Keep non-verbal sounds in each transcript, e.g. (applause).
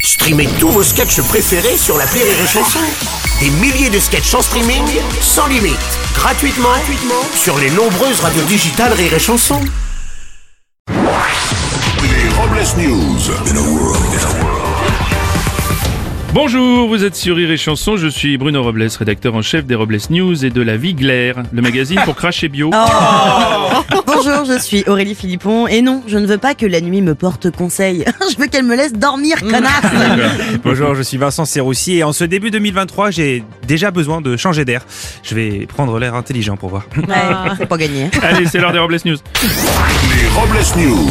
Streamez tous vos sketchs préférés sur la Rire et Chanson. Des milliers de sketchs en streaming, sans limite, gratuitement, gratuitement sur les nombreuses radios digitales Rire et Chanson. Les Robles News. In a world, in a world. Bonjour, vous êtes sur Rire et Chanson, je suis Bruno Robles, rédacteur en chef des Robles News et de la Vie Glaire, le magazine pour cracher bio. (laughs) Bonjour, je suis Aurélie Philippon et non, je ne veux pas que la nuit me porte conseil. (laughs) Je veux qu'elle me laisse (laughs) dormir, connasse. Bonjour, je suis Vincent Serroussi et en ce début 2023, j'ai déjà besoin de changer d'air. Je vais prendre l'air intelligent pour voir. Ouais, c'est pas gagné. Allez, c'est l'heure des Robles News. Les Robles News.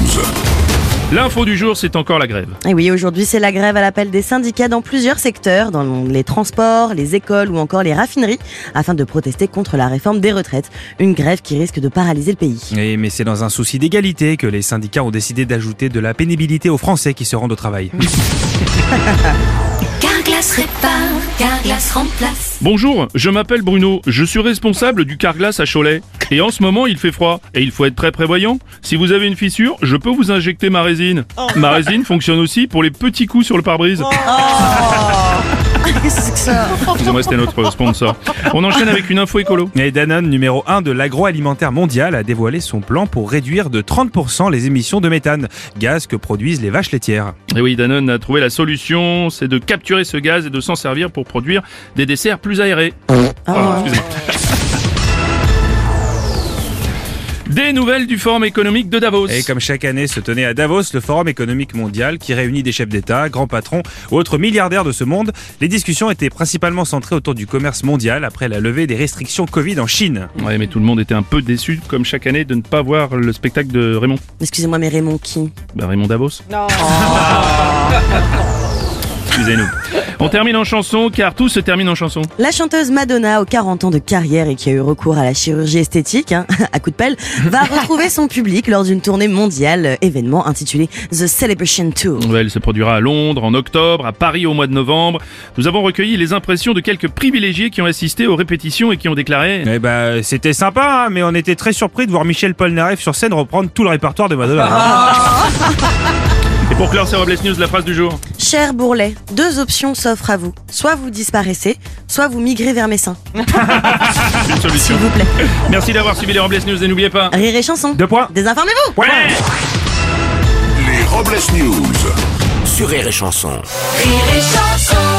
L'info du jour, c'est encore la grève. Et oui, aujourd'hui, c'est la grève à l'appel des syndicats dans plusieurs secteurs, dans les transports, les écoles ou encore les raffineries, afin de protester contre la réforme des retraites. Une grève qui risque de paralyser le pays. Et mais c'est dans un souci d'égalité que les syndicats ont décidé d'ajouter de la pénibilité aux Français qui se rendent au travail. Carglass répare, Carglass remplace. Bonjour, je m'appelle Bruno, je suis responsable du carglass à Cholet. Et en ce moment, il fait froid et il faut être très prévoyant. Si vous avez une fissure, je peux vous injecter ma résine. Ma résine fonctionne aussi pour les petits coups sur le pare-brise. (laughs) Qu'est-ce que ça Excusez-moi, c'était notre sponsor. On enchaîne avec une info écolo. Et Danone, numéro 1 de l'agroalimentaire mondial, a dévoilé son plan pour réduire de 30% les émissions de méthane, gaz que produisent les vaches laitières. Et oui, Danone a trouvé la solution, c'est de capturer ce gaz et de s'en servir pour produire des desserts plus aérés. Pardon, excusez-moi. Des nouvelles du Forum économique de Davos. Et comme chaque année se tenait à Davos, le Forum économique mondial qui réunit des chefs d'État, grands patrons ou autres milliardaires de ce monde, les discussions étaient principalement centrées autour du commerce mondial après la levée des restrictions Covid en Chine. Ouais, mais tout le monde était un peu déçu, comme chaque année, de ne pas voir le spectacle de Raymond. Excusez-moi, mais Raymond qui Bah, Raymond Davos. Non. (laughs) Excusez-nous. On termine en chanson, car tout se termine en chanson. La chanteuse Madonna, aux 40 ans de carrière et qui a eu recours à la chirurgie esthétique, hein, (laughs) à coup de pelle, va retrouver son public lors d'une tournée mondiale, euh, événement intitulé The Celebration Tour. Ouais, Elle se produira à Londres en octobre, à Paris au mois de novembre. Nous avons recueilli les impressions de quelques privilégiés qui ont assisté aux répétitions et qui ont déclaré Eh bah, c'était sympa, hein, mais on était très surpris de voir Michel Polnareff sur scène reprendre tout le répertoire de Madonna. hein. Et pour clore ces Robles News, la phrase du jour. Cher Bourlet, deux options s'offrent à vous. Soit vous disparaissez, soit vous migrez vers (laughs) Messin. Une solution. S'il vous plaît. Merci d'avoir suivi les Robles News et n'oubliez pas. Rire et chanson. Deux points. Désinformez-vous Les Robles News. Sur Rire et Chanson. Rire et chanson.